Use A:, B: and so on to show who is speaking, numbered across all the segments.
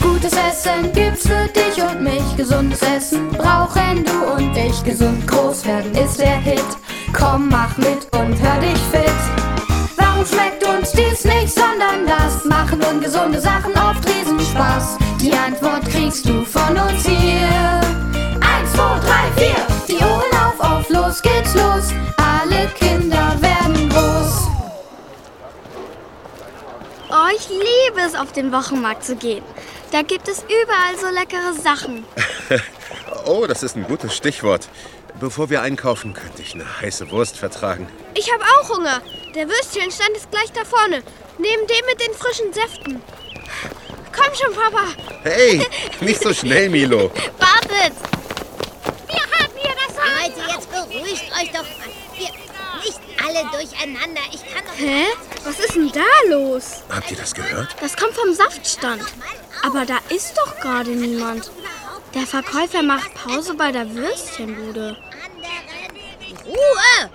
A: Gutes Essen gibt's für dich und mich. Gesundes Essen brauchen du und ich. Gesund groß werden ist der Hit. Komm, mach mit und hör dich fit. Warum schmeckt uns dies nicht, sondern das? Machen ungesunde Sachen oft Riesenspaß. Die Antwort kriegst du von uns hier. Eins, zwei, drei, vier. Die Ohren auf, auf, los geht's los. Alle Kinder werden groß.
B: Oh, ich liebe es, auf den Wochenmarkt zu gehen. Da gibt es überall so leckere Sachen.
C: Oh, das ist ein gutes Stichwort. Bevor wir einkaufen, könnte ich eine heiße Wurst vertragen.
B: Ich habe auch Hunger. Der Würstchenstand ist gleich da vorne, neben dem mit den frischen Säften. Komm schon, Papa.
C: Hey, nicht so schnell, Milo.
B: Wartet.
D: Wir haben hier das Haus.
E: Leute, jetzt beruhigt euch doch mal. Wir, nicht alle durcheinander. Ich kann doch
B: Hä? Was ist denn da los?
C: Habt ihr das gehört?
B: Das kommt vom Saftstand. Aber da ist doch gerade niemand. Der Verkäufer macht Pause bei der Würstchenbude.
E: anderen. Ruhe!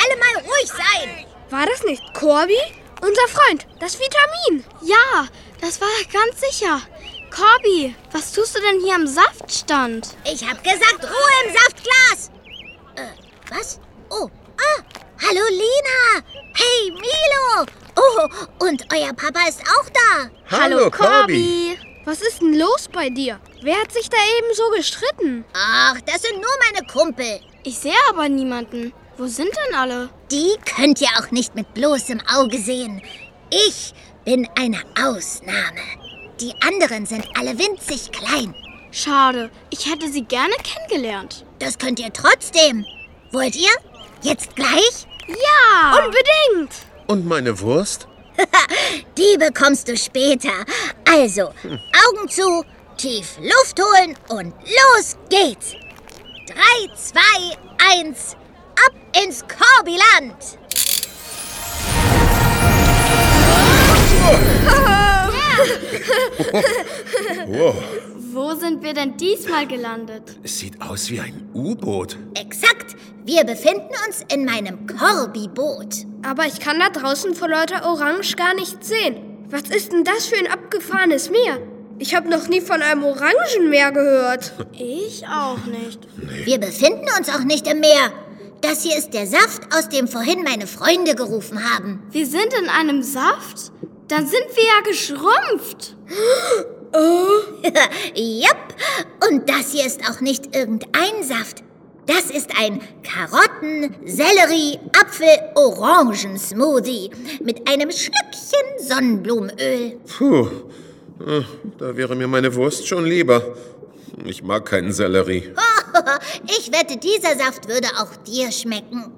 E: Alle mal ruhig sein!
B: War das nicht Corby? Unser Freund, das Vitamin. Ja, das war er ganz sicher. Corby, was tust du denn hier am Saftstand?
E: Ich hab gesagt, Ruhe im Saftglas! Äh, was? Oh, ah! Hallo Lina! Hey Milo! Oh, und euer Papa ist auch da!
B: Was ist denn los bei dir? Wer hat sich da eben so gestritten?
E: Ach, das sind nur meine Kumpel.
B: Ich sehe aber niemanden. Wo sind denn alle?
E: Die könnt ihr auch nicht mit bloßem Auge sehen. Ich bin eine Ausnahme. Die anderen sind alle winzig klein.
B: Schade, ich hätte sie gerne kennengelernt.
E: Das könnt ihr trotzdem. Wollt ihr? Jetzt gleich?
B: Ja! Unbedingt!
C: Und meine Wurst?
E: Die bekommst du später. Also, Augen zu, tief Luft holen und los geht's. Drei, zwei, eins, ab ins Korbiland.
C: Wow,
B: Wo sind wir denn diesmal gelandet?
C: es sieht aus wie ein U-Boot.
E: Exakt, wir befinden uns in meinem Korbi-Boot.
F: Aber ich kann da draußen vor lauter Orange gar nichts sehen. Was ist denn das für ein abgefahrenes Meer? Ich habe noch nie von einem Orangenmeer gehört.
B: Ich auch nicht.
E: Wir befinden uns auch nicht im Meer. Das hier ist der Saft, aus dem vorhin meine Freunde gerufen haben.
B: Wir sind in einem Saft? Dann sind wir ja geschrumpft.
E: Jupp, und das hier ist auch nicht irgendein Saft. Das ist ein Karotten-, Sellerie-, Apfel-, Orangen-Smoothie mit einem Schlückchen Sonnenblumenöl.
C: Puh, äh, da wäre mir meine Wurst schon lieber. Ich mag keinen Sellerie.
E: Ich wette, dieser Saft würde auch dir schmecken.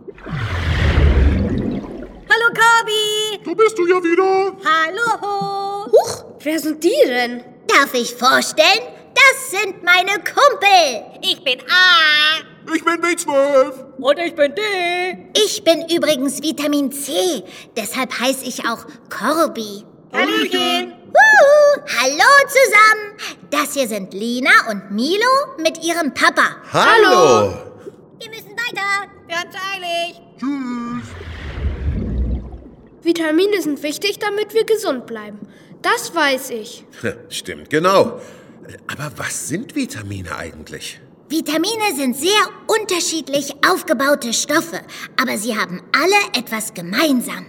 E: Hallo, Corby!
G: Da bist du ja wieder.
E: Hallo!
F: Huch, wer sind die denn?
E: Darf ich vorstellen? Das sind meine Kumpel.
D: Ich bin A.
G: Ich bin B12.
D: Und ich bin D.
E: Ich bin übrigens Vitamin C, deshalb heiße ich auch Corby.
D: Hallöchen.
E: Uhu, hallo zusammen. Das hier sind Lina und Milo mit ihrem Papa.
C: Hallo!
E: Wir müssen weiter.
D: Wir haben's eilig.
F: Vitamine sind wichtig, damit wir gesund bleiben. Das weiß ich.
C: Stimmt, genau. Aber was sind Vitamine eigentlich?
E: Vitamine sind sehr unterschiedlich aufgebaute Stoffe, aber sie haben alle etwas gemeinsam.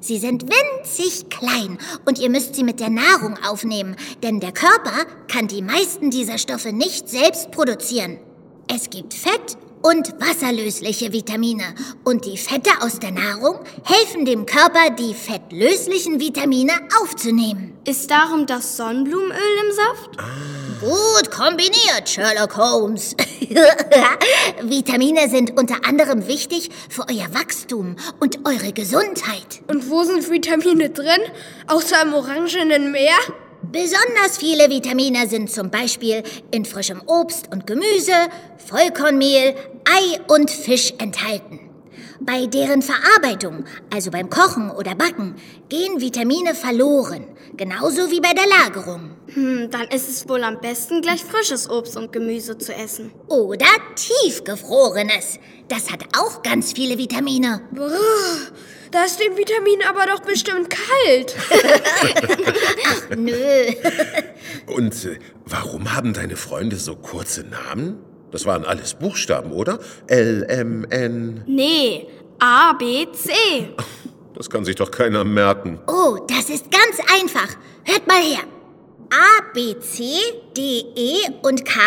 E: Sie sind winzig klein und ihr müsst sie mit der Nahrung aufnehmen, denn der Körper kann die meisten dieser Stoffe nicht selbst produzieren. Es gibt Fett- und wasserlösliche Vitamine und die Fette aus der Nahrung helfen dem Körper, die fettlöslichen Vitamine aufzunehmen.
B: Ist darum das Sonnenblumenöl im Saft?
E: Gut kombiniert, Sherlock Holmes. Vitamine sind unter anderem wichtig für euer Wachstum und eure Gesundheit.
F: Und wo sind Vitamine drin? Außer im orangenen Meer?
E: Besonders viele Vitamine sind zum Beispiel in frischem Obst und Gemüse, Vollkornmehl, Ei und Fisch enthalten. Bei deren Verarbeitung, also beim Kochen oder Backen, gehen Vitamine verloren, genauso wie bei der Lagerung.
B: Hm, dann ist es wohl am besten, gleich frisches Obst und Gemüse zu essen.
E: Oder tiefgefrorenes. Das hat auch ganz viele Vitamine.
F: Da ist den Vitamin aber doch bestimmt kalt.
E: Nö.
C: Und äh, warum haben deine Freunde so kurze Namen? Das waren alles Buchstaben, oder? L, M, N.
B: Nee, A, B, C.
C: Das kann sich doch keiner merken.
E: Oh, das ist ganz einfach. Hört mal her. A, B, C, D, E und K.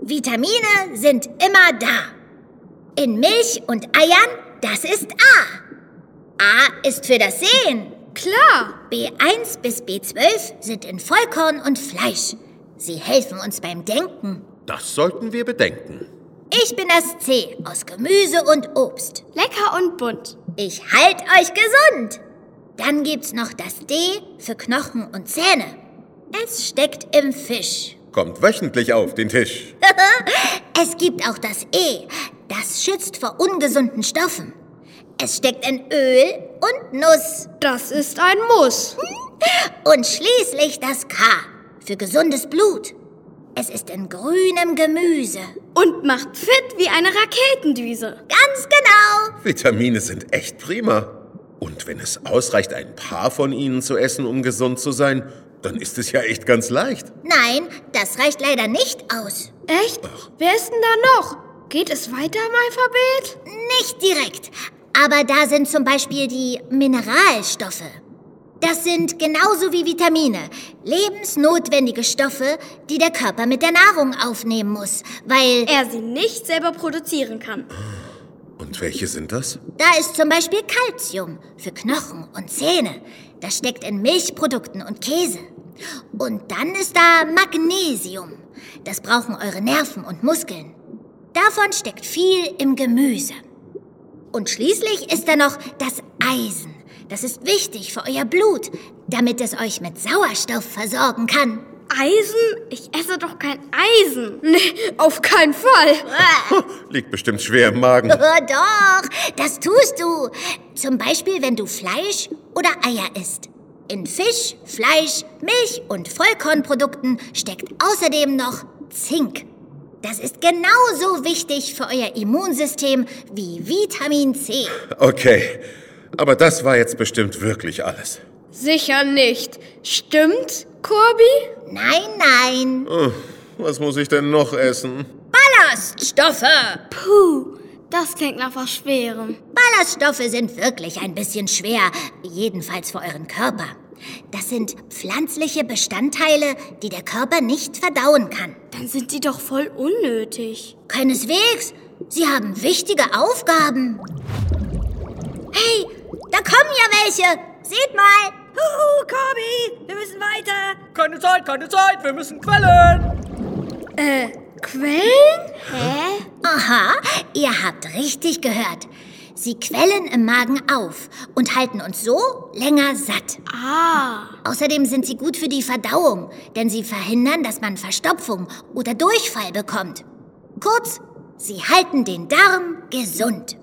E: Vitamine sind immer da. In Milch und Eiern, das ist A. A ist für das Sehen.
F: Klar.
E: B1 bis B12 sind in Vollkorn und Fleisch. Sie helfen uns beim Denken.
C: Das sollten wir bedenken.
E: Ich bin das C aus Gemüse und Obst.
B: Lecker und bunt.
E: Ich halt euch gesund. Dann gibt's noch das D für Knochen und Zähne. Es steckt im Fisch.
C: Kommt wöchentlich auf den Tisch.
E: Es gibt auch das E. Das schützt vor ungesunden Stoffen. Es steckt in Öl und Nuss.
F: Das ist ein Muss.
E: Und schließlich das K für gesundes Blut. Es ist in grünem Gemüse.
B: Und macht fit wie eine Raketendüse.
E: Ganz genau.
C: Vitamine sind echt prima. Und wenn es ausreicht, ein paar von ihnen zu essen, um gesund zu sein, dann ist es ja echt ganz leicht.
E: Nein, das reicht leider nicht aus.
F: Echt? Wer ist denn da noch? Geht es weiter im Alphabet?
E: Nicht direkt. Aber da sind zum Beispiel die Mineralstoffe. Das sind genauso wie Vitamine lebensnotwendige Stoffe, die der Körper mit der Nahrung aufnehmen muss, weil
B: Er sie nicht selber produzieren kann.
C: Und welche sind das?
E: da ist zum Beispiel Kalzium für Knochen und Zähne. Das steckt in Milchprodukten und Käse. Und dann ist da Magnesium. Das brauchen eure Nerven und Muskeln. Davon steckt viel im Gemüse. Und schließlich ist da noch das Eisen. Das ist wichtig für euer Blut, damit es euch mit Sauerstoff versorgen kann.
B: Eisen? Ich esse doch kein Eisen.
F: Nee, auf keinen Fall.
C: Liegt bestimmt schwer im Magen.
E: Oh, doch, das tust du. Zum Beispiel, wenn du Fleisch oder Eier isst. In Fisch, Fleisch, Milch und Vollkornprodukten steckt außerdem noch Zink. Das ist genauso wichtig für euer Immunsystem wie Vitamin C.
C: Okay, aber das war jetzt bestimmt wirklich alles.
F: Sicher nicht. Stimmt, Corby?
E: Nein, nein.
C: Ugh, Was muss ich denn noch essen?
E: Ballaststoffe.
B: Puh, Uh, das klingt nach was Schwerem.
E: Ballaststoffe sind wirklich ein bisschen schwer, jedenfalls für euren Körper. Das sind pflanzliche Bestandteile, die der Körper nicht verdauen kann.
B: Dann sind die doch voll unnötig.
E: Keineswegs. Sie haben wichtige Aufgaben. Hey, da kommen ja welche. Seht mal.
D: Huhu, Corby, wir müssen weiter. Keine Zeit, keine Zeit, wir müssen quellen.
F: Quellen?
E: Aha, ihr habt richtig gehört. Sie quellen im Magen auf und halten uns so länger satt.
B: Ah,
E: Außerdem sind sie gut für die Verdauung, denn sie verhindern, dass man Verstopfung oder Durchfall bekommt. Kurz, sie halten den Darm gesund.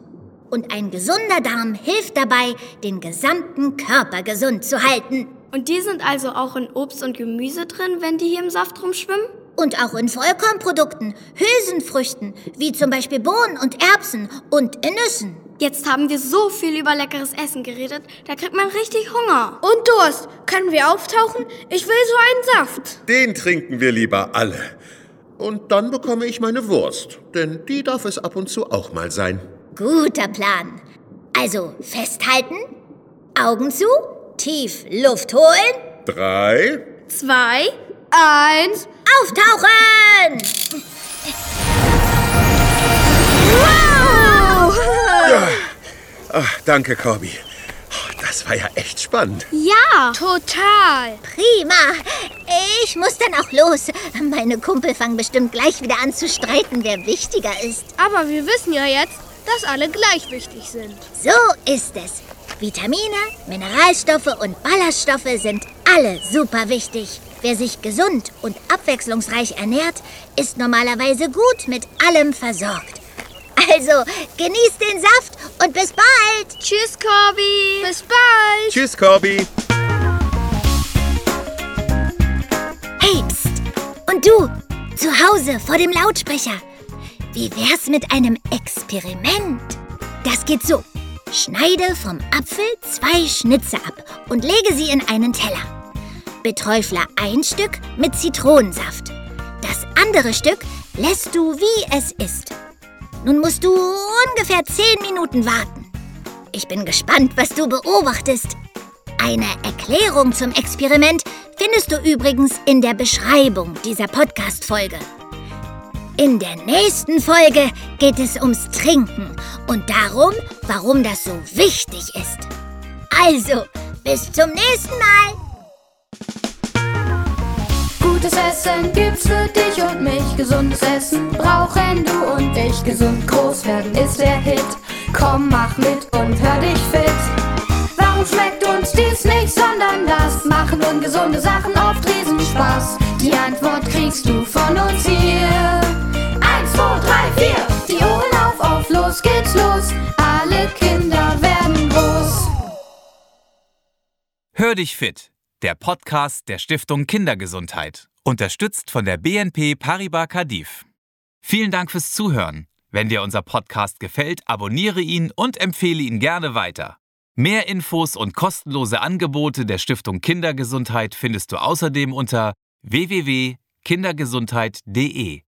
E: Und ein gesunder Darm hilft dabei, den gesamten Körper gesund zu halten.
B: und die sind also auch in Obst und Gemüse drin, wenn die hier im Saft rumschwimmen?
E: Und auch in Vollkornprodukten, Hülsenfrüchten, wie zum Beispiel Bohnen und Erbsen und in Nüssen.
B: Jetzt haben wir so viel über leckeres Essen geredet, da kriegt man richtig Hunger.
F: Und Durst. Können wir auftauchen? Ich will so einen Saft.
C: Den trinken wir lieber alle. Und dann bekomme ich meine Wurst, denn die darf es ab und zu auch mal sein.
E: Guter Plan. Also festhalten, Augen zu, tief Luft holen,
C: Drei.
F: Zwei, Ah. eins.
E: auftauchen!
C: Ach, danke, Corby. Oh, Das war ja echt spannend.
B: Ja,
F: Total.
E: Prima. Ich muss dann auch los. Meine Kumpel fangen bestimmt gleich wieder an zu streiten, wer wichtiger ist.
F: Aber wir wissen ja jetzt, dass alle gleich wichtig sind.
E: So ist es. Vitamine, Mineralstoffe und Ballaststoffe sind alle super wichtig. Wer sich gesund und abwechslungsreich ernährt, ist normalerweise gut mit allem versorgt. Also, genießt den Saft und bis bald!
B: tschüss, Corby.
F: Bis bald.
C: Tschüss, Corby.
E: Hey, pst. Und du, zu Hause vor dem Lautsprecher. Wie wär's mit einem Experiment? Das geht so. Schneide vom Apfel zwei Schnitze ab und lege sie in einen Teller. Betäufler ein Stück mit Zitronensaft. Das andere Stück lässt du, wie es ist. Nun musst du ungefähr zehn Minuten warten. Ich bin gespannt, was du beobachtest. Eine Erklärung zum Experiment findest du übrigens in der Beschreibung dieser Podcast-Folge. In der nächsten Folge geht es ums Trinken und darum, warum das so wichtig ist. Also, bis zum nächsten Mal.
A: Gutes Essen gibt's für dich und mich. Gesundes Essen brauchen du und ich. Gesund groß werden ist der Hit. Komm, mach mit und hör dich fit. Warum schmeckt uns dies nicht, sondern das? Machen ungesunde Sachen oft Riesenspaß. Die Antwort kriegst du von uns hier. Eins, zwei, drei, vier. Die Ohren auf, auf, los geht's los. Alle Kinder werden groß.
H: Hör dich fit, der Podcast der Stiftung Kindergesundheit, unterstützt von der BNP Paribas Cardif. Vielen Dank fürs Zuhören. Wenn dir unser Podcast gefällt, abonniere ihn und empfehle ihn gerne weiter. Mehr Infos und kostenlose Angebote der Stiftung Kindergesundheit e. findest du außerdem unter www.kindergesundheit.de.